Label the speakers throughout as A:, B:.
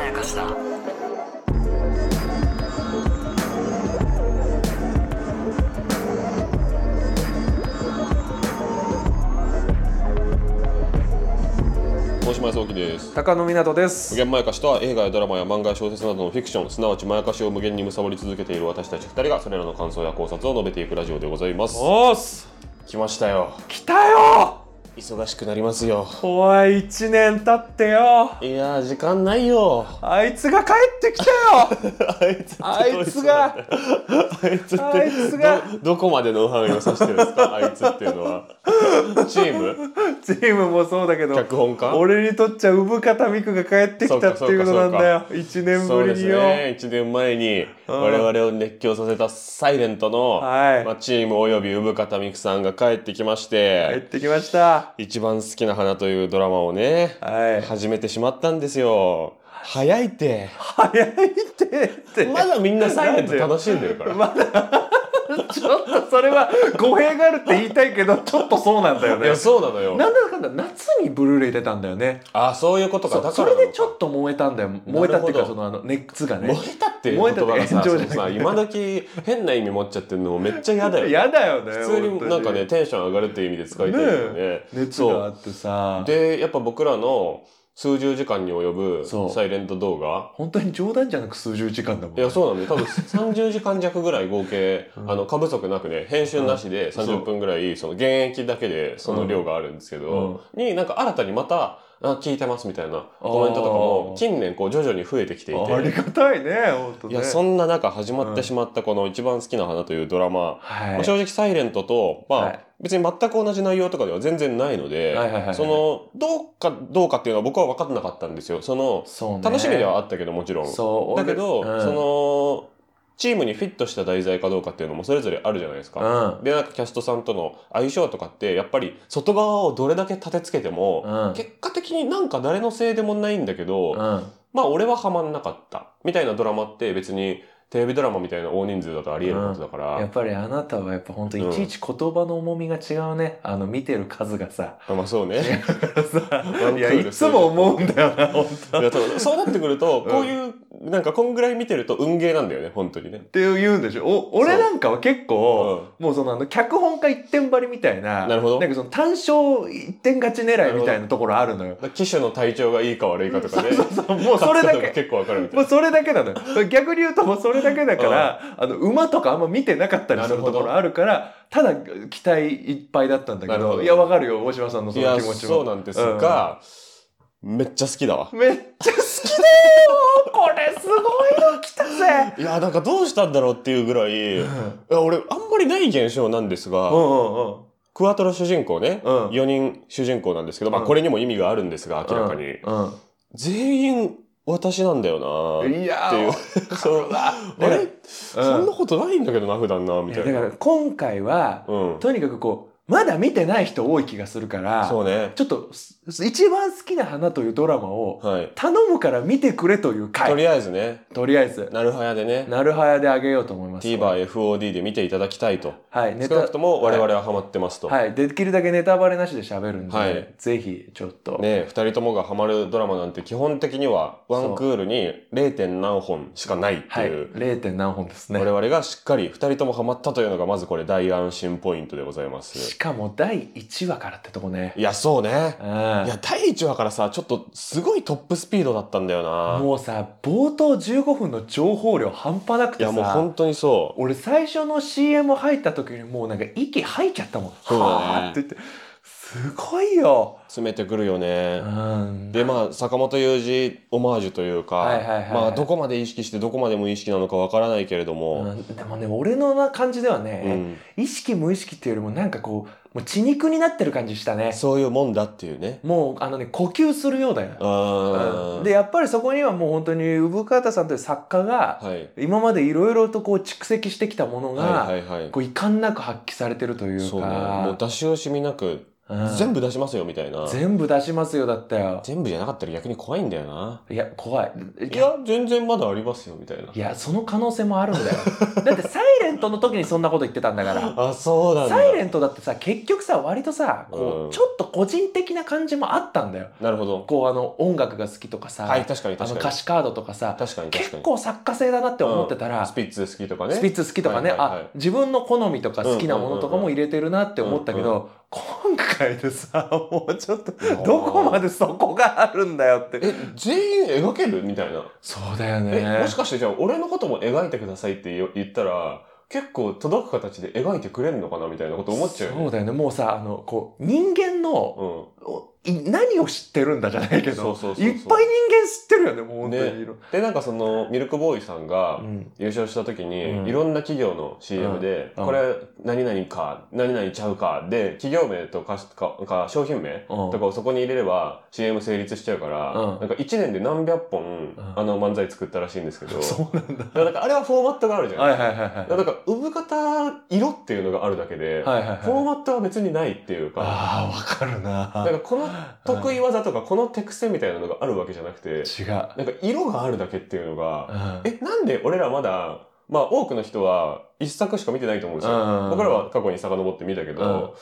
A: やかしだ
B: 大島康之です
C: 高野湊です
B: 無限まやかしとは映画やドラマや漫画や小説などのフィクションすなわちまやかしを無限に貪り続けている私たち2人がそれらの感想や考察を述べていくラジオでございます
C: おーす
B: 来ましたよ
C: 来たよ
B: 忙しくなりますよ
C: おい一年経ってよ
B: いやー時間ないよ
C: あいつが帰ってきたよ
B: あいつって
C: あいつが
B: どういう人なんだよあい
C: あい
B: つって
C: つが
B: どどこまでの範囲を指してるんですかあいつっていうのはチーム
C: チームもそうだけど
B: 脚本家
C: 俺にとっちゃ産方美久が帰ってきたっていうことなんだよ一年
B: そう
C: ぶ
B: で
C: り
B: す
C: によ、
B: ね1年前に我々を熱狂させた「サイレントの、
C: はい
B: まあ、チームおよび生方美久さんが帰ってきまし、
C: 帰っててきました
B: 一番好きな花」というドラマをね、
C: はい
B: 始めてしまったんですよ早いって
C: 早いって って
B: まだみんな「サイレント楽しんでるから、
C: ちょっとそれは語弊があるって言いたいけどちょっとそうなんだよ
B: い
C: ね
B: やそうなのよ
C: なんだかんだ夏にブルーレイ出たんだよね
B: あそういうことか
C: そ
B: だから
C: うそれでちょっと燃えたんだよ燃えたって
B: なるほ
C: いう
B: ど
C: かそのあの熱がね
B: 燃えたっていう言葉がさ
C: 燃えたって
B: その
C: 炎上じゃ
B: さ
C: なくて
B: 今時変な意味持っちゃってるのもめっちゃ嫌だよね
C: 嫌だよね
B: 普通になんかねテンション上がるっていう意味で使いたいよね
C: ね熱
B: そう
C: があってさ
B: でやっぱ僕らの数十時間に及
C: そう
B: ぶサイレント動画
C: 本当に冗談じゃなく数十時間だもん
B: いやそうなんで多 分30時間弱ぐらい合計、あの過不足なくね編集なしで
C: ん
B: 30分ぐらいその現役だけでその量があるんですけど、になんか新たにまた「あ聞いてます」みたいなコメントとかも
C: あー
B: 近年こう徐々に増えてきてい
C: あり
B: て。
C: がたいね本当
B: い
C: ね
B: やそんな中始まってしまったこの「一番好きな花」というドラマ、
C: はい
B: まあ正直「サイレントと、まあ
C: はい
B: 別に全く同じ内容とかでは全然ないので、
C: はいはいはいはい
B: そのどうかどうかっていうのは僕は分かんなかったんですよその
C: そうね
B: 楽しみではあったけどもちろん
C: そう
B: だけど、
C: 俺うん
B: そのチームにフィットした題材かどうかっていうのもそれぞれあるじゃないですか、
C: うん
B: でなんかキャストさんとの相性とかってやっぱり外側をどれだけ立てつけても、
C: うん
B: 結果的になんか誰のせいでもないんだけど、
C: うん
B: まあ俺はハマんなかったみたいなドラマって別にテレビドラマみたいな大人数だとありえることだから、
C: やっぱりあなたはやっぱ本当いちいち言葉の重みが違うね、あの見てる数がさ
B: まあ そう ね
C: さ
B: ワンク
C: い
B: ー
C: や
B: ル
C: いつも思うんだよな本当
B: いや多 分そうなってくると、
C: うん
B: こういう、なんかこんぐらい見てると運ゲーなんだよね、本当にね
C: っ。て言うんでしょお俺なんかは結構、もうそのあの脚本家一点張りみたいな
B: なるほど
C: んかその単勝一点勝ち狙いみたいなところあるのよ
B: だから機種の体調がいいか悪いかとかね。
C: そうもうそれ
B: 勝
C: だ
B: つのが
C: け
B: 結構わかるみた
C: も
B: いう
C: それだけなのよ逆に言うともうそれだけだから、あの馬とかあんま見てなかったりするところあるからただ期待いっぱいだったんだけ
B: なる
C: ど
B: ほど
C: いやわかるよ大島さん
B: な。
C: のそ
B: い
C: の
B: や、
C: 気持ち
B: そう
C: も
B: なんですが、めっちゃ好きだわ。
C: めっちゃ 好きだよこれすごいの来たぜ
B: いや、なんかどうしたんだろうっていうぐらい、いや俺、あんまりない現象なんです
C: うんう
B: が、
C: んうん
B: クワトロ主人公ね、
C: うん
B: 4人主人公なんですけど、まあ
C: うん
B: これにも意味があるんですが、明らかに。
C: うん
B: 全員、私なんだよな。
C: いや
B: ってい
C: ー
B: う。 そう あ
C: だから
B: れそんなことないんだけどな、普段な、み
C: い
B: た
C: や
B: い
C: だ
B: な
C: から。今回は、
B: うん。
C: とにかくこうまだ見てない人多い気がするから
B: そうね。
C: ちょっとす一番好きな花というドラマを
B: はい。
C: 頼むから見てくれという回
B: と
C: とり
B: りあえずね、
C: あえず
B: なるはやでね、
C: なるはやであげようと思います
B: TVer、FOD で見ていただきたいと。
C: はいネ
B: 少な
C: タ
B: くとも我々はハマってますと。
C: はいできるだけネタバレなしで喋るんで、
B: はい
C: ぜひちょっと、
B: ね二人ともがハマるドラマなんて基本的にはワンクールに 0. 点何本しかないって
C: はい
B: いう。
C: 0. 点何本ですね
B: 我々がしっかり二人ともハマったというのがまずこれ大安心ポイントでございます。
C: しかも第1話からってとこね
B: いや、そうね。
C: うん
B: いや、第1話からさ、ちょっとすごいトップスピードだったんだよな。
C: もうさ冒頭15分の情報量半端なく
B: い
C: て
B: や、
C: さ
B: もう本当にそう。
C: 俺最初の CM 入った時にもうなんか息吐いちゃったもん。
B: そうだね
C: はーって言って。すごいよ。
B: 詰めてくるよね。
C: うん。
B: でまあ坂本雄二オマージュというか、
C: はいはいはい
B: まあどこまで意識してどこまで無意識なのかわからないけれど
C: う
B: も、
C: んでもね、俺のな感じでは
B: うん
C: ね、意識無意識っていうよりもなんかこう、もう血肉になってる感じしたね。
B: そういうもんだっていうね。
C: もうあのね、呼吸するようだよ。
B: あ
C: う
B: ー
C: んで、やっぱりそこにはもう本当に産方さんという作家が、
B: はい、
C: 今までいろいろとこう蓄積してきたものが、
B: はいはいはい
C: こう遺憾なく発揮されてるというか。
B: そうねもう出し惜しみなく
C: うん
B: 全部出しますよみたいな
C: 全部出しますよだったよ
B: 全部じゃなかったら逆に怖いんだよない
C: や怖い
B: いや全然まだありますよみたいない
C: やその可能性もあるんだよだって「サイレントの時にそんなこと言ってたんだから
B: あそうなんだ
C: サイレントだってさ結局さ割とさこう、
B: うん
C: ちょっと個人的な感じもあったんだよ
B: なるほど
C: こうあの音楽が好きとかさ、
B: はい確かに
C: あ
B: 確
C: の
B: かに
C: 歌詞カードとかさ
B: 確かに確か
C: 結
B: に
C: 構作家性だなって思ってたら、
B: スピッツ好きとかね
C: スピッツ好きとかね、
B: はいはいはい
C: あ自分の好みとか好きなものとかも入れてるなって思ったけど、
B: うんう
C: 今回でさ もうちょっと
B: ー
C: どこまでそこがあるんだよって
B: え全員描けるみたいな
C: そうだよ
B: え
C: ね
B: もしかしてじゃあ俺のことも描いてくださいって言言ったら結構届く形で描いてくれるのかなみたいなこと思っちゃうよ
C: そう
B: ね
C: だよねもうさあのこう人間の
B: う
C: おい何を知ってるんだじゃないけ
B: ん、そう
C: ど
B: そうそうそう
C: いっぱい人間知ってるよねもう本当に、
B: でなんかそのミルクボーイさんが
C: うん
B: 優勝した時に、
C: うん
B: いろんな企業の CM で、
C: うん
B: これ何々か何々ちゃうかで企業名とかかか商品名
C: うん
B: とかをそこに入れれば CM 成立しちゃうから、
C: うん
B: なんか1年で何百本、
C: うん
B: あの漫才作ったらしいんですけど、
C: そうなんだ
B: だからなんかあれはフォーマットがあるじゃない
C: は
B: で
C: い
B: すか。
C: はいはいはい
B: だからなんか産方色っていうのがあるだけで、
C: はいはいはい
B: フォーマットは別にないっていうか、
C: あーわかるな
B: なんかこの得意技とかこの手癖みたいなのがあるわけじゃなくて、
C: 違う、
B: なんか色があるだけっていうのが、
C: うん、
B: え、なんで俺らまだ、まあ多くの人は一作しか見てないと思うんですよ。
C: うん
B: 僕らは過去に遡って見たけど、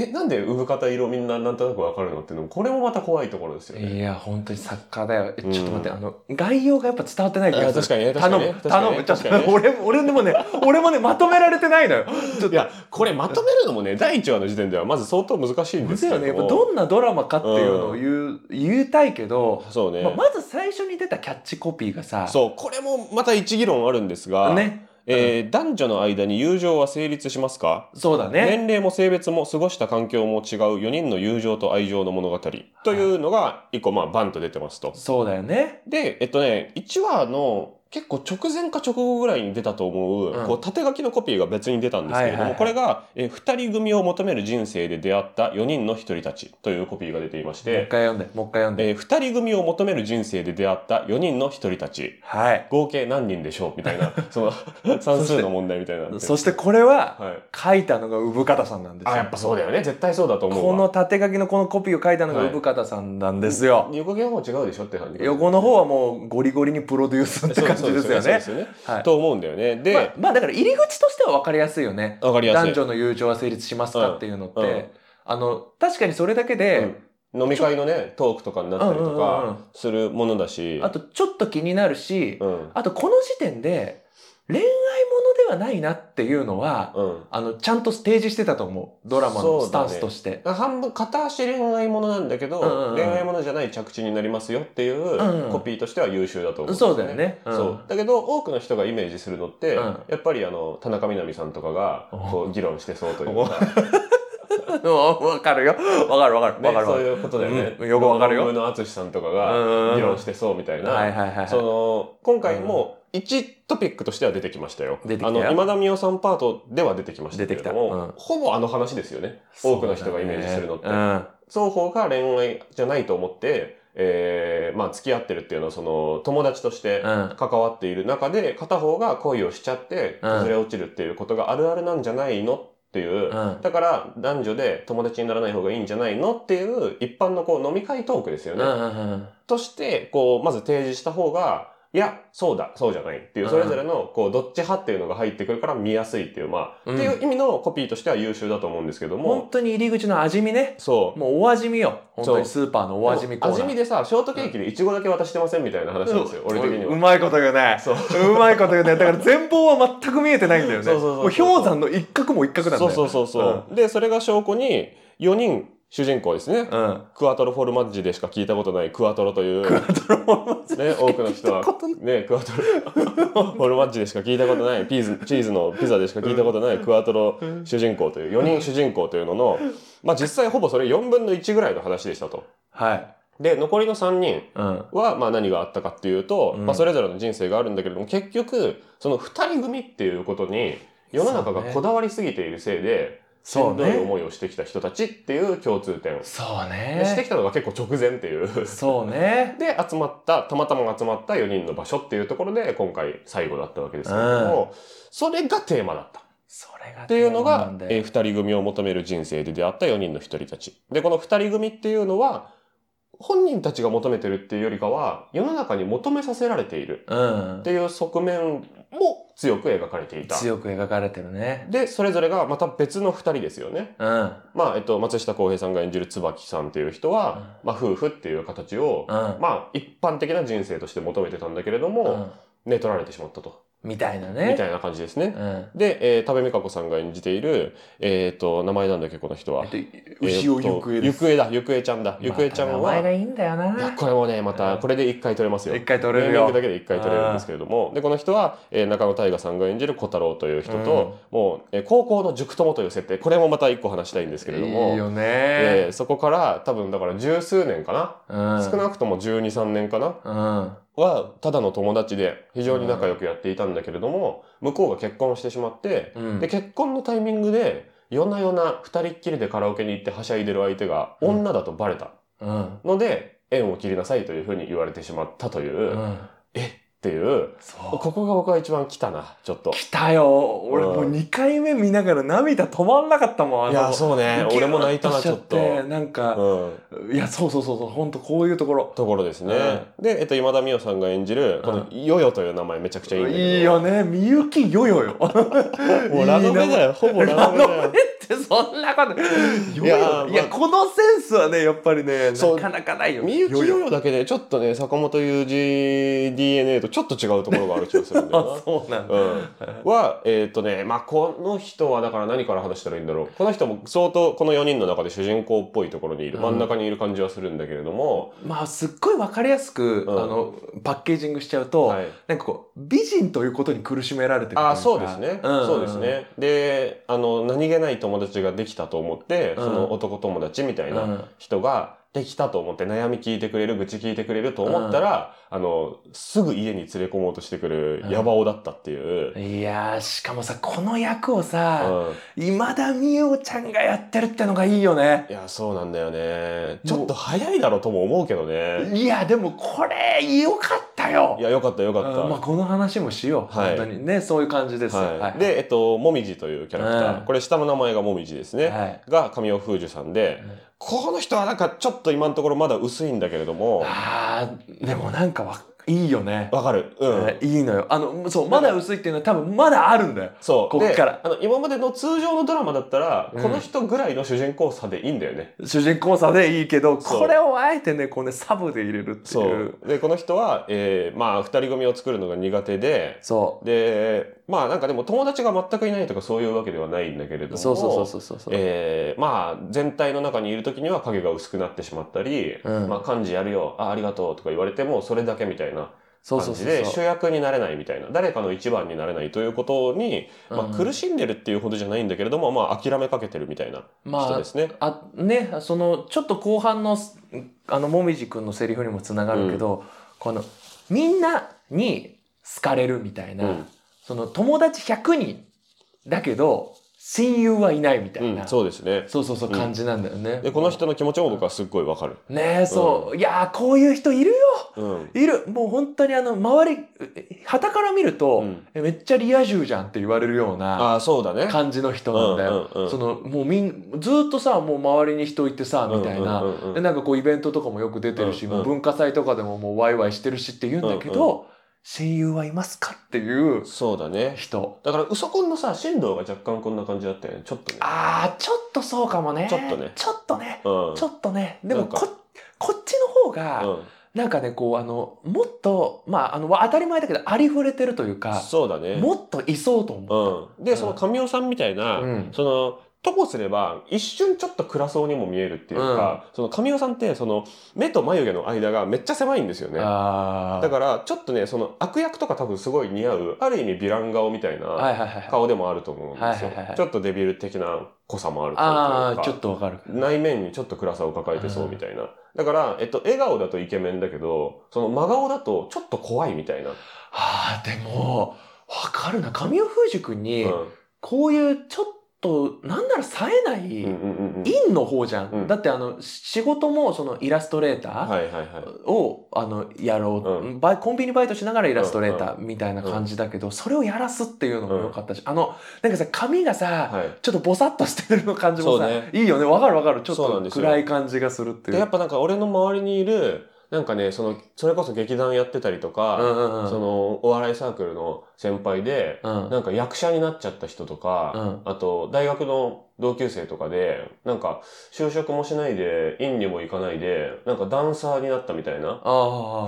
B: え、なんで産方色みんななんとなくわかるのっていうのも、これもまた怖いところですよ
C: い
B: ね。
C: や本当に作家だよえ
B: うん
C: ちょっと待って、あの概要がやっぱ伝わってない気が
B: あ
C: する
B: 確かにね確か
C: 頼
B: にね
C: む頼むちょっ
B: 確かにね
C: と俺俺でもね俺もねまとめられてないのよちょっ
B: いや、これまとめるのもね、第1話の時点ではまず相当難しいん
C: と
B: ですけ
C: ですよ
B: ど
C: ねやっぱ
B: も。
C: どんなドラマかっていうのを言う、言いたいけど、
B: そうね。
C: まあまず最初に出たキャッチコピーがさ
B: そう、これもまた一議論あるんですが、
C: ね
B: えー男女の間に友情は成立しますか
C: そうだね
B: 年齢も性別も過ごした環境も違う4人の友情と愛情の物語というのが1個まあバンと出てますと。
C: そうだよね
B: で、えっとね、1話の結構直前か直後ぐらいに出たと思う、
C: うん
B: こう縦書きのコピーが別に出たんですけれども、
C: はいはいはい
B: これが、え2人組を求める人生で出会った4人の1人たちというコピーが出ていまし
C: もう一
B: て、
C: 回読んでもう一回読んで、
B: え2人組を求める人生で出会った4人の1人たち
C: はい
B: 合計何人でしょうみたいな、そ の算数の問題みたいな。
C: そしてこれは
B: はい。
C: 書いたのが産方さんなんですよ
B: あ、やっぱそうだよね。絶対そうだと思うわ。
C: この縦書きのこのコピーを書いたのが
B: はい
C: 産方さんなんですよ、
B: 横毛はもう違うでしょって感じ。
C: 横の方はもうゴリゴリにプロデュースって
B: そう
C: 感
B: そう
C: じですよ
B: そうで
C: ね
B: す。よね。
C: はい
B: と思うんだよね。で、
C: まあ、まあだから入り口としては分かりやすいよね。
B: わかりやすい
C: 男。女の友情は成立しますかっていうのって、
B: うんうん
C: あの確かにそれだけで、
B: うん飲み会のね、トークとかになったりと
C: うんうん
B: か
C: うん
B: するものだし。
C: あとちょっと気になるし、
B: うん。
C: あとこの時点で恋愛ものではないなっていうのは、
B: うん。
C: あのちゃんと提示してたと思うドラマのスタンスとして。
B: 半分、片足恋愛ものなんだけど、
C: うんうんうん
B: 恋愛ものじゃない着地になりますよってい
C: んう
B: うんコピーとしては優秀だと思うんです
C: そうだよね。うん
B: そうだけど多くの人がイメージするのって、
C: うん
B: やっぱりあの田中みな実さんとかがこう議論してそうと いうか、
C: 分かるよ。分かる分かる。分
B: ね
C: かる
B: そう
C: 分かる。
B: いうことだよね。
C: うんよくわかるよ
B: 論文の淳さんとか
C: うんうんう
B: が
C: ん
B: 議論してそうみたいな。
C: はいはいは い。
B: その今回も1トピックとしては出てきましたよ。
C: 出てきた
B: あ
C: よ
B: の今田美桜さんパートでは出てきましたけれども、
C: 出てきたうん
B: ほぼあの話ですよね。多くの人がイメージするのって
C: そうだねうん
B: 双方が恋愛じゃないと思って、えーまあ付き合ってるっていうのはその友達として
C: うん
B: 関わっている中で片方が恋をしちゃって
C: うん
B: 崩れ落ちるっていうことがあるあるなんじゃないのっていう、
C: うん
B: だから男女で友達にならない方がいいんじゃないのっていう一般のこう飲み会トークですよ
C: う
B: ね。
C: んうんうん
B: としてこうまず提示した方がいやそうだそうじゃないっていう
C: うん
B: それぞれのこうどっち派っていうのが入ってくるから見やすいっていうまあ、
C: うん
B: っていう意味のコピーとしては優秀だと思うんですけども、
C: 本当に入り口の味見ね。
B: そう。
C: もうお味見よ。本当
B: そう
C: にスーパーのお味見コーナー。
B: 味見でさショートケーキでイチゴだけ渡してませんみたいな話なんですよ、俺的に
C: う
B: は。
C: まいこと言うね。
B: そう
C: うまいこと言うね。だから全貌は全く見えてないんだよね。
B: そうそうそうそう
C: もう氷山の一角も一角なんだ
B: そ
C: よ。
B: うそうそうそう、でそれが証拠に4人主人公ですね、
C: うん。
B: クアトロフォルマッジでしか聞いたことないクアトロというね、多くの人は
C: 聞いたことな
B: ねクアトロ フォルマッジでしか聞いたことないピーズチーズのピザでしか聞いたことないクアトロ主人公という4人主人公というのの、まあ、実際ほぼそれ4分の1ぐらいの話でしたと。
C: はい。
B: で残りの3人
C: うん。
B: はまあ何があったかっていうと、
C: うん
B: まあ、それぞれの人生があるんだけれども結局その2人組っていうことに世の中がこだわりすぎているせいで、し
C: そうん
B: どい
C: ね。
B: 思いをしてきた人たちっていう共通点、
C: そう
B: でして
C: ね。
B: きたのが結構直前っていう
C: そうね。
B: で集まったたまたま集まった4人の場所っていうところで今回最後だったわけですけれども、それがテーマだった。
C: それが
B: っていうのが、えー、
C: え
B: 二人組を求める人生で出会った4人の一人たち。で、この二人組っていうのは、本人たちが求めてるっていうよりかは、世の中に求めさせられている
C: うん
B: っていう側面も強く描かれていた。
C: 強く描かれてるね
B: で、それぞれがまた別の二人ですよね。
C: うん
B: まあ、えっと、松下洸平さんが演じる椿さんっていう人は、まあ、夫婦っていう形を、
C: うん
B: まあ、一般的な人生として求めてたんだけれど
C: う
B: も、
C: ん
B: ね、取られてしまったと。
C: みたいなね
B: みたいな感じですね。
C: うん
B: で、えー、多部未華子さんが演じている、えっ、と、名前なんだっけ、この人は。
C: えっと牛尾行方です
B: えーと行方だ、行方ちゃんだ。行方ちゃん
C: また名前が
B: は、
C: いいんだよ
B: いや
C: な
B: これもね、ま
C: う
B: た、
C: ん
B: これで一回取れますよ。
C: 一回取れる
B: ネーミングだ
C: よ
B: けで一回取れるんですけれども、で、この人は、えー中野大河さんが演じる小太郎という人と、もう、えー高校の塾友という設定、これもまた一個話したいんですけれども、
C: いいよね
B: えーそこから多分だから十数年かな、
C: うん
B: 少なくとも12、3年かな
C: うん
B: は、ただの友達で非常に仲良くやっていたんだけれども、向こうが結婚してしまって、
C: うん
B: で、結婚のタイミングで、夜な夜な二人っきりでカラオケに行ってはしゃいでる相手が
C: うん
B: 女だとバレた
C: うん
B: ので、縁を切りなさいというふうに言われてしまったという、
C: う
B: っ
C: ん
B: ていう、
C: そう
B: ここが僕は一番来たな、ちょっと。
C: 来たよ俺
B: うん
C: もう2回目見ながら涙止まんなかったもん
B: いや、
C: う
B: そうね。俺も泣いたな、ちょっと。
C: なんか、
B: うん。
C: いやそうそうそうそう本当こういうところ
B: ところですね。で、えっと、今田美桜さんが演じる、この、ヨヨという名前めちゃくちゃいいんだけど。
C: いいよねみゆきよよよ
B: もうラノベだ
C: よ
B: よ。ほぼラ
C: ラ
B: ノベ
C: ノベ
B: だよ
C: っ。てそんなことよよい
B: や
C: や,、
B: まあ
C: このセンスはねやっぱりね
B: そう
C: なかなかないよ
B: みゆきヨ
C: よよ
B: ヨだけで、ちょっとね、坂本雄二 DNA とちょっと違うところがある気がするんだ
C: あ
B: よ
C: そうな
B: な。
C: んだ、
B: うん、は、えっ、とね、まあ、この人はだから何から話したらいいんだろう。この人も相当この4人の中で主人公っぽいところにいる、
C: うん
B: 真ん中にいる感じはするんだけれども、
C: まあすっごいわかりやすく、
B: うん
C: あのパッケージングしちゃうと、
B: はい、
C: なんかこう美人ということに苦しめられてるとい
B: あ
C: か
B: あそうですね、
C: ん
B: そうですねであの何気ない友達ができたと思って、
C: うん
B: その男友達みたいな人ができたと思って悩み聞いてくれる愚痴聞いてくれると思ったら、あのすぐ家に連れ込もうとしてくるヤバ男だったっていう、
C: うんいやーしかもさこの役を
B: う
C: さ、
B: ん
C: 今田美桜ちゃんがやってるってのがいいよね
B: いやそうなんだよねちょっと早いだろうとも思うけどね
C: いやでもこれよかったよ
B: いやよかったよかった、
C: うんまあ、この話もしよう、
B: はい
C: 本当にねそういう感じですよ、
B: はい
C: はい
B: でえっともみじというキャラクター、
C: うん
B: これ下の名前がもみじですね、
C: はい
B: が神尾楓珠さんで、この人はなんかちょっと今のところまだ薄いんだけれども、
C: あーでもなんかわいいよね、
B: わかる。うん。
C: うんいいのよあのそうまだ薄いっていうのは多分まだあるんだよ
B: そう。
C: こっから
B: であの、今までの通常のドラマだったら、
C: うん
B: この人ぐらいの主人公差でいいんだよね。
C: 主人公差でいいけど
B: そう
C: これをあえてねこうねサブで入れるって
B: そ
C: いう
B: う。で、この人は、えーまあ、二人組を作るのが苦手で、
C: そ
B: で、まあ、なんかでも友達が全くいないとかそういうわけではないんだけれど
C: う
B: も、
C: そうそうそうそうそう、
B: えーまあ、全体の中にいる時には影が薄くなってしまったり、
C: うん
B: まあ、漢字やるよ、あ、ありがとうとか言われても、それだけみたいな
C: そうそ
B: 感
C: うそ
B: じ
C: う
B: で、
C: そ
B: 主役になれないみたいな、誰かの一番になれないということに、
C: う
B: まあ、苦
C: し
B: しんでるっていうほどじゃないんだけれども、まあ、諦めかけてるみたいな人
C: ま
B: ですね。
C: ああねそのちょっと後半のあのもみじくんのセリフにもつながるけど、このみんなに好かれるみたいな、その友達100人だけど親友はいないみた
B: う
C: い
B: ん、う
C: な、
B: ん、そうですね。
C: そうそうそう感じなんだよね、
B: で、この人の気持ちも僕はすっごいわかる。
C: ねえそう、いやーこういう人いるよ
B: うん。
C: いるもう本当にあの周り旗から見ると、
B: うん
C: えめっちゃリア充じゃんって言われるような
B: ああ、そうだね。
C: 感じの人なんだよ。
B: うんうんうん
C: そのもうみんずーっとさもう周りに人いてさみたいな、
B: うんうんうんうん
C: でなんかこうイベントとかもよく出てるし、
B: うんうん
C: もう文化祭とかでももうワイワイしてるしって言うんだけど、親友はいますかっていう
B: そうだね。
C: 人
B: だから、ウソコンのさ、振動が若干こんな感じだったよね。ちょっとね。
C: あーちょっとそうかもね
B: ちょっとね
C: ちょっとね
B: うん。
C: ちょっとねで
B: な
C: も
B: んか
C: ここっちの方が、なんかねこうあのもっとまああの当たり前だけどありふれてるという
B: うん。
C: か
B: そうだね。
C: もっといそうと思
B: うん。で、その神尾さんみたいな、
C: うん
B: その、ともすれば、一瞬ちょっと暗そうにも見えるっていうか、その神尾さんって、その、目と眉毛の間がめっちゃ狭いんですよ
C: う。
B: ね。
C: あ
B: だから、ちょっとね、その悪役とか多分すごい似合う、ある意味ヴィラン顔みたい
C: らは
B: ない
C: はいはい。
B: 顔でもあると思うんですよ
C: はいはいはい。
B: ちょっとデビル的な濃さもある
C: ああ、
B: と
C: ち
B: い
C: ょ
B: う
C: っ
B: か、
C: とわかる。
B: 内面にちょっと暗さを抱えてそうみたいな。だから、えっと、笑顔だとイケメンだけど、その真顔だとちょっと怖いみたいな。
C: ああ、でも、わかるな。神尾楓珠君
B: う
C: に、
B: ん
C: こういうちょっと、なんなら冴えない、
B: うんうんうんうん
C: 陰の方じゃん。
B: うん
C: だってあの、し仕事もそのイラストレーター
B: はいはいはい。
C: を、あの、やろう、
B: う
C: バイコンビニバイトしながらイラストレーターみたいな感じだけど、それをやらすっていうのも良かったし、あの、なんかさ、髪がさ、
B: はい
C: ちょっとボサッとしてるの感じもさ、
B: そうね
C: いいよね。わかるわかる。ちょっ
B: そうなんで
C: と
B: すよ
C: 暗い感じがするってい
B: で
C: う。
B: やっぱなんか俺の周りにいるなんかねそのそれこそ劇団やってたりとか、
C: うんうんうん
B: そのお笑いサークルの先輩で、
C: うん
B: なんか役者になっちゃった人とか、あと大学の同級生とかでなんか就職もしないで院にも行かないでなんかダンサーになったみたいな
C: ああ。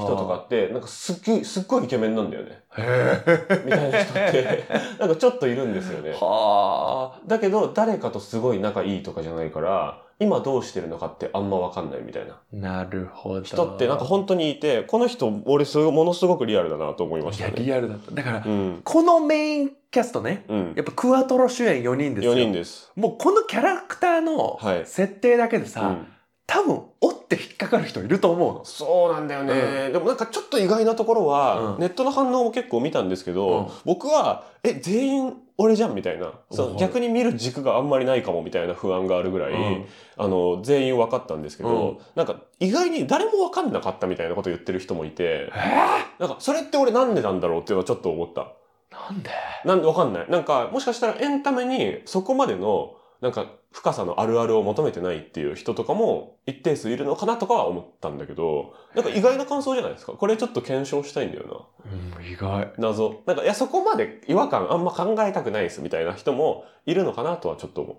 B: 人とかってなんかすっげすっごいイケメンなんだよね
C: へ
B: みたいな人 ってなんかちょっといるんですよね
C: え。。はあ。
B: だけど誰かとすごい仲いいとかじゃないから今どうしてるのかってあんま分かんないみたいな。
C: なるほど。
B: 人ってなんか本当にいてこの人俺すごいものすごくリアルだなと思いまし
C: い
B: た
C: や、
B: ね。
C: リアルだった。だから、
B: うん
C: このメインキャストね、
B: うん、
C: やっぱクアトロ主演4人ですよ。
B: 4人です。
C: もうこのキャラクターの
B: はい
C: 設定だけでさ、
B: うん
C: 多分、おって引っかかる人いると思うの。
B: そうなんだよね、でもなんかちょっと意外なところは、
C: うん
B: ネットの反応も結構見たんですけど、
C: うん
B: 僕はえ全員俺じゃんみたいなそ
C: は
B: の
C: い
B: 逆に見る軸があんまりないかもみたいな不安があるぐらい、
C: うん
B: あの全員分かったんですけど、
C: うん
B: なんか意外に誰も分かんなかったみたいなこと言ってる人もいて
C: えー、
B: なんかそれって俺なんでなんだろうっていうのはちょっと思った。
C: なんで
B: なんわかんない。なんか、もしかしたらエンタメにそこまでの、なんか、深さのあるあるを求めてないっていう人とかも一定数いるのかなとかは思ったんだけど、なんか意外な感想じゃないですか。これちょっと検証したいんだよ
C: うん、意外。
B: な。謎。なんか、いや、そこまで違和感あんま考えたくないですみたいな人もいるのかなとはちょっと思っ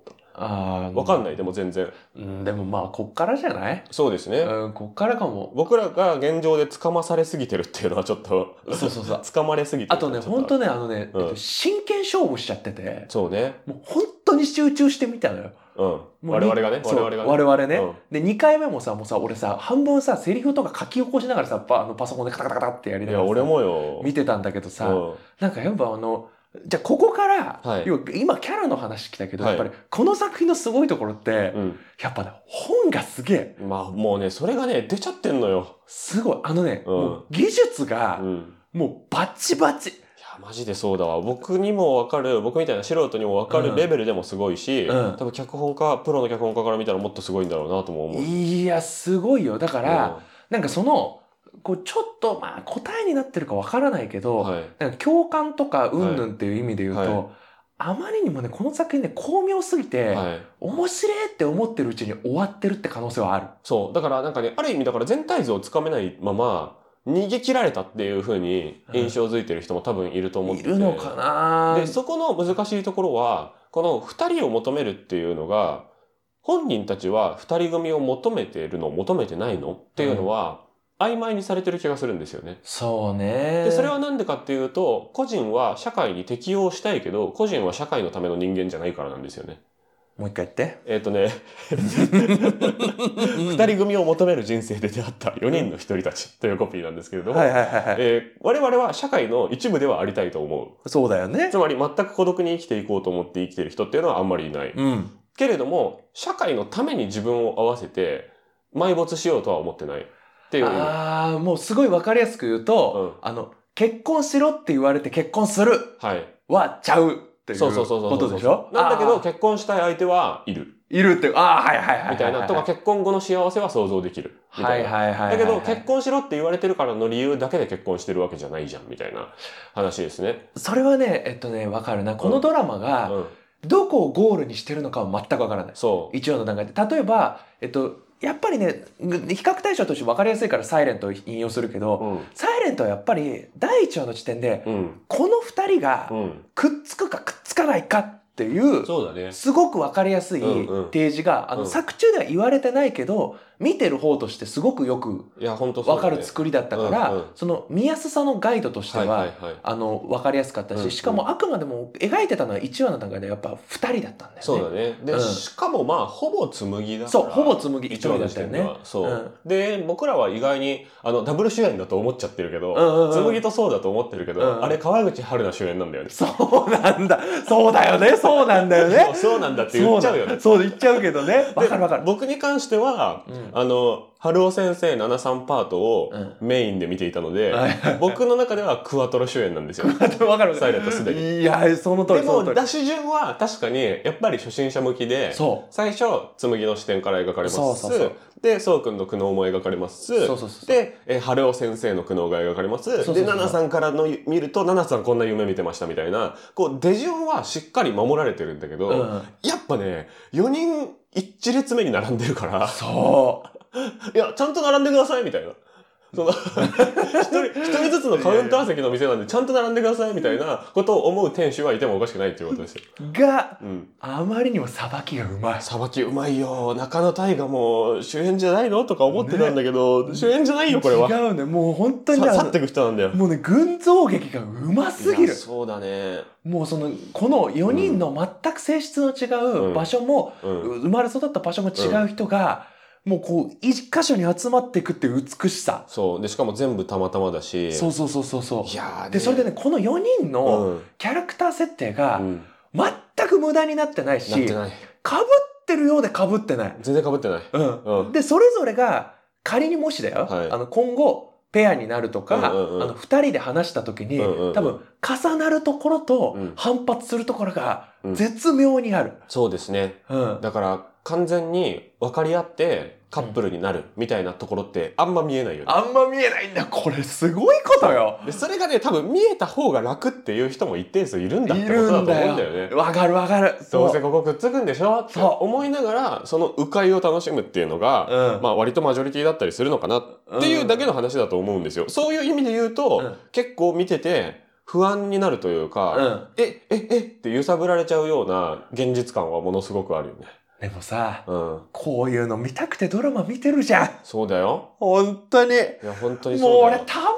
B: た。
C: あー
B: わかんない、でも全然。
C: うん、でもまあ、こっからじゃない
B: そうですね。
C: うん、こっからかも。
B: 僕らが現状で捕まされすぎてるっていうのはちょっと、
C: そうそうそう。
B: 捕まれすぎて
C: あ
B: る
C: とね、本
B: に。
C: 当ね、あのね、
B: うん
C: えっと真剣勝負しちゃってて、
B: そうね。
C: もう本当に集中してみたのよ。
B: うん。
C: もう
B: 我々がね、
C: そう
B: 我々がね。
C: 我々ね、
B: うん
C: で、2回目もさ、もうさ、俺さ、半分さ、セリフとか書き起こしながらさ、パあのパソコンでカタカタカタってやり
B: い
C: ながら
B: や、
C: さ
B: 俺もよ。
C: 見てたんだけどさ、
B: うん
C: なんかやっぱあの、じゃあここから、
B: はい
C: 要は今キャラの話来たけど、
B: はい
C: やっぱりこの作品のすごいところって、
B: うん。
C: やっぱね、本がすげえ、
B: まあもうね、それがね、出ちゃってんのよ。
C: すごい、あのね、
B: うん
C: もう技術が
B: うん。いや、
C: もうバチバチ。
B: マジでそうだわ。僕にもわかる、僕みたいな素人にもわか
C: う
B: る
C: ん
B: レベルでもすごいし、
C: うん
B: 多分脚本家、プロの脚本家から見たらもっとすごいんだろうなとも思う。
C: いや、すごいよ。だか、、
B: から
C: なんかその、こうちょっとまあ答えになってるかわからないけど、
B: はい。
C: なんか共感とかうんぬんっていう意味で言うと、
B: はいは
C: あまりにもね、この作品ね、巧妙すぎて、
B: はい。
C: 面白いって思ってるうちに終わってるって可能性はある。
B: そう。だからなんかね、ある意味だから全体像をつかめないまま、逃げ切られたっていう風に印象づいてる人も多分いると思って
C: い
B: て
C: るのかな
B: で、そこの難しいところは、この二人を求めるっていうのが、本人たちは二人組を求めてるの、求めてないのっていうのは、曖昧にされてる気がするんですよね。
C: そうね。
B: で、それはなんでかっていうと、個人は社会に適応したいけど、個人は社会のための人間じゃないからなんですよね。
C: もう一回言って。
B: えっ、とね、
C: 二
B: 二人組を求める人生で出会った4人の一人たちというコピーなんですけれども、
C: はいはいはいはい。
B: えー我々は社会の一部ではありたいと思
C: そうだよ
B: う。
C: ね
B: つ。まり全く孤独に生きていこうと思って生きてる人っていうのはあんまりいない。
C: うん。
B: けれども社会のために自分を合わせて埋没しようとは思ってないっていう意味
C: ああ、もうすごいわかりやすく言うと、あの、結婚しろって言われて結婚する
B: はい
C: はちゃうっていう
B: そうそうそうそう
C: ことでしょ
B: なんだけ
C: あ
B: ど
C: ー
B: 結婚したい相手はいる
C: いるっていう、ああ、はいはいはいはい。
B: みたいなとか結婚後の幸せは想像できるみ
C: は
B: た
C: い
B: いな
C: はいはいは
B: だ
C: い。
B: けど結婚しろって言われてるからの理由だけで結婚してるわけじゃないじゃんみたいな話ですね
C: それはね、えっとね、わかるな。このドラマ
B: う
C: が、
B: ん
C: どこをゴールにしてるのかは全くわからない。
B: そう
C: 一応の段階で。例えば、えっと、やっぱりね、ぐ比較対象としてわかりやすいからサイレントを引用するけど、
B: うん
C: サイレントはやっぱり第一話の時点で、
B: うん
C: この二人が
B: うん
C: くっつくかくっつかないかっていう、
B: そうだね
C: すごくわかりやすい
B: うんうん
C: 提示が、あ
B: う
C: の、
B: ん
C: 作中では言われてないけど、見てる方としてすごくよく
B: いや本当そう
C: わ
B: だ
C: か
B: ね
C: る作りだったから、
B: うんうん
C: その見やすさのガイドとして
B: はい
C: は、
B: はいはい
C: あの、わかりやすかった
B: う
C: し、
B: んうん
C: しかもあくまでも描いてたのは1話の段階でやっぱ2人だったんだよね。
B: そうだねで、
C: うん
B: しかもまあほぼ紡ぎだから
C: そう、ほぼ紬一
B: 一
C: 人
B: 番
C: だ
B: の
C: っ
B: 視
C: たよ
B: 点
C: ね
B: で。はそう、
C: うん
B: で僕らは意外にあのダブル主演だと思っちゃってるけど、
C: うんうんうん
B: 紬とそうだと思ってるけど、
C: うんうん
B: あれ川口春奈主演なんだよね。
C: そうなんだ。そうだよね。そうなんだよ
B: そう
C: ね。
B: そうなんだって言っちゃうよね。
C: そうだそう言っちゃうけどね。わかるわか
B: で
C: る。
B: 僕に関しては、
C: うんうん
B: あの、春尾先生73パートを
C: うん
B: メインで見ていたので、
C: はい
B: 僕の中ではクワトロ主演なんですよ。
C: わかるわか
B: サイ
C: る
B: レントすでに。
C: いやその通
B: で
C: りそ
B: も、
C: の通り
B: 出し順は確かに、やっぱり初心者向きで、
C: そ
B: 最初、紬の視点から描かれます。
C: そうそうそう
B: で、そうくんの苦悩も描かれます。
C: うそうそうそう
B: で、えー春尾先生の苦悩が描かれます。
C: うそうそう
B: で、奈々さんからの見ると、奈々さんこんな夢見てましたみたいな、こう、出順はしっかり守られてるんだけど、
C: うん
B: やっぱね、4人一列目に並んでるから、
C: そ
B: いや、ちゃんと並んでくださいみたいな。その、 一人、一人ずつのカウンター席の店なんで、ちゃんと並んでくださいみたいなことを思う店主はいてもおかしくないっていうことですよ。
C: うが
B: うん。
C: あまりにもさばきがうまい
B: さばきうまいよ。中野大河も主演じゃないのとか思ってたんだけど、主演じゃないよ、これは。
C: 違うねもう本当にね
B: さ
C: あ
B: 去
C: の
B: ってく人なんだよ。
C: もうね群像劇がうますぎ
B: いや
C: る
B: そうだね。
C: もうそのこの4人の全く性質の違う場所も、
B: うん。
C: 生まれ育った場所も違う人が、もうこう一箇所に集まっていくっていう美しさ、
B: そう。で、しかも全部たまたまだし。
C: そうそうそうそうそ
B: いやー
C: うでそれでねこの4人
B: う
C: の
B: ん。うん
C: キャラクター設定が全く無駄になってないし
B: なって
C: か
B: な
C: ぶ
B: い。
C: ってるようでかぶってない、
B: 全然被ってない。
C: うん
B: うん。
C: でそれぞれが仮にもしだよ、
B: はい
C: あの今後ペアになるとか、
B: うんうんうん
C: あの2人で話した時に、
B: うんうんうん
C: 多分重なるところと
B: うん
C: 反発するところが
B: うん
C: 絶妙にある、
B: そうですね。
C: うん
B: だから完全に分かり合ってカップルになるみたいなところってあんま見えないよね。
C: あんま見えないんだこれすごいことよ
B: でそれがね多分見えた方が楽っていう人も一定数いるんだって
C: い
B: ことだと思うんん
C: る
B: だ
C: だ
B: よ
C: よ
B: ね。
C: わかるわかる
B: どう
C: そ
B: せここくっつくんでしょって
C: そう
B: 思いながらその迂回を楽しむっていうのが、
C: うん
B: まあ割とマジョリティだったりするのかなっていうだけの話だと思うんですよ。そういう意味で言うと、
C: うん
B: 結構見てて不安になるというか、
C: うん
B: えええって揺さぶられちゃうような現実感はものすごくあるよね。
C: でもさ
B: うん、
C: こういうの見たくてドラマ見てるじゃん
B: そうだよ。
C: 本当に
B: いや本当に
C: もう
B: そうだ
C: 俺
B: よ。
C: たまんなか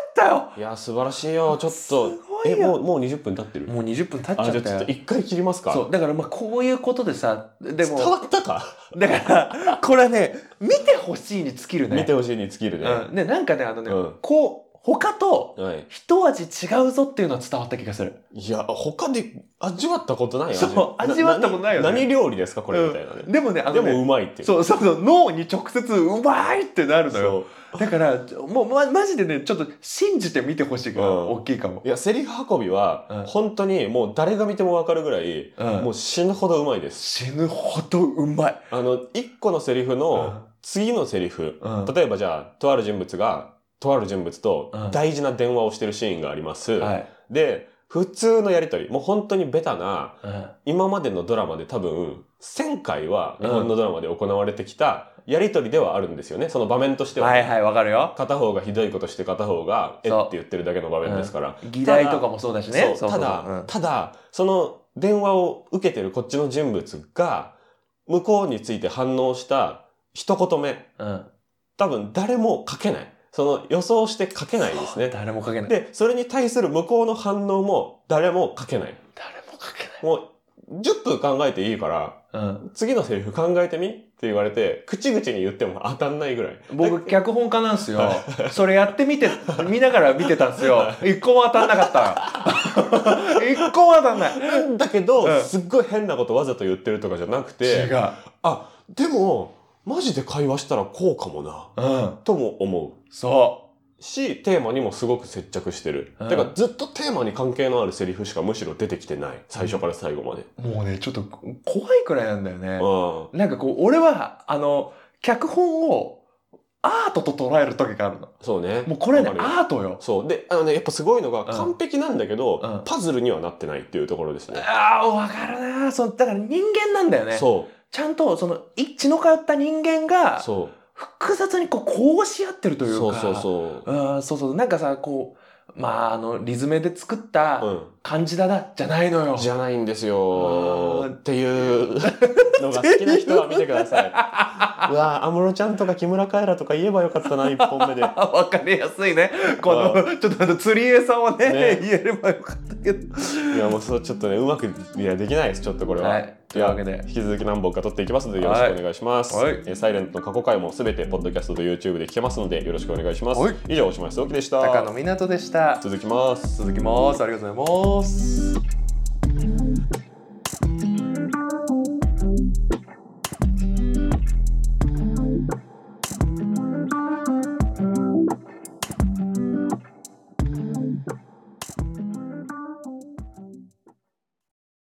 C: ったよ
B: いや素晴らしいよちょっ
C: す
B: と
C: ご
B: え
C: いよ
B: もうもう20分経ってる
C: もう20分経っ
B: あ
C: ち
B: じゃ
C: ゃっ
B: あ
C: た
B: ちょっ
C: よ
B: と一回切りますか
C: そうだからまあこういうことでさで
B: 伝わ
C: も
B: ったか、
C: だからこれね見てほしいに尽きるね
B: 見てほしいに尽きるね、
C: うん、ねなんかねあのね、
B: うん
C: こう他と
B: はい
C: 一味違うぞっていうのは伝わった気がする
B: いや他で味わったことない味
C: そう味わったことないよね
B: な何料理ですかこれ、みたいな
C: うん
B: ね
C: でもねあ
B: で
C: のね
B: もうまいっていう
C: そうそうそう脳に直接うまいってなるのよ
B: そ
C: だから、もう、ま、マジでね、ちょっと信じて見てほしいから、
B: うん
C: 大きいかも。
B: いやセリフ運びは、
C: うん
B: 本当にもう誰が見てもわかるぐらい、
C: うん
B: もう死ぬほどうまいです
C: 死ぬほどうまい。
B: あの一個のセリフの次のセリフ、
C: うん
B: 例えばじゃあとある人物がとある人物と
C: うん
B: 大事な電話をしてるシーンがあります、
C: はい。
B: で、普通のやりとり、もう本当にベタな、
C: うん
B: 今までのドラマで多分、1000回は日本のドラマで行われてきたやりとりではあるんですよね、その場面としては。
C: はいはい、わかるよ。
B: 片方がひどいことして片方が、えっ
C: そう
B: て言ってるだけの場面ですから。
C: 議題とかもそうだしね。
B: そうただ、
C: うん
B: ただ、その電話を受けてるこっちの人物が、向こうについて反応した一言目、
C: うん。
B: 多分誰も書けない。その予想して書けないですね。
C: 誰も書けない。
B: で、それに対する向こうの反応も誰も書けない。
C: 誰も書け
B: もう、10分考えていいから、
C: ない。うん。
B: 次のセリフ考えてみって言われて、口々に言っても当たんないぐら い。
C: 僕、脚本家なんすよ。それやってみて、見ながら見てたんすよ。一個も当たんなか った。一個も当たんない。
B: だだけど、
C: うん
B: すっごい変なことわざと言ってるとかじゃなく
C: 違
B: て、
C: う。
B: あ、でも、マジで会話したらこうかもな、
C: うん。
B: とも思
C: そう
B: し、テーマにもすごく接着してる。
C: うん
B: てか、ずっとテーマに関係のあるセリフしかむしろ出てきてない。最初から最後まで。
C: う。もうね、ちょっと怖いくらいなんだよね。
B: うん。
C: なんかこう、俺は、あの、脚本をアートと捉える時があるの。
B: そうね。
C: もうこれね
B: わ、かるよ
C: アートよ。
B: そう。で、あのね、やっぱすごいのが
C: ん
B: 完璧なんだけど、
C: うん
B: パズルにはなってないっていうところですね。
C: ああ、わかるなそのだから人間なんだよね。
B: そ
C: ちゃんと、その、一血の通った人間
B: う。
C: が、
B: そう。
C: 複雑にこう、こうし合ってるというか。
B: そうそうそう。
C: うん、そうそう。なんかさ、こう、まあ、あの、リズムで作った
B: う
C: 感じだな、じゃないのよ。
B: ん、じゃないんです
C: あ
B: よ
C: ー
B: っていうのが好きな人は見てください。 うわ安室ちゃんとか木村カエラとか言えばよかったな1本 目で。
C: あわかりやすいね。この、ちょっとあの釣り餌をね、
B: ね
C: 言えればよかったけど。
B: いやもうそうちょっとねうまくいやできないですちょっとこれは。
C: はいというわけで
B: や引き続き何本か撮っていきますのでよろしくお願いします。
C: はい
B: えーサイレントの過去回もすべてポッドキャストと YouTube で聞けますのでよろしくお願いします。
C: はい
B: 以上おしまいすおきでした。
C: 高野湊でした。
B: 続きます。
C: 続きます。ありがとうございます。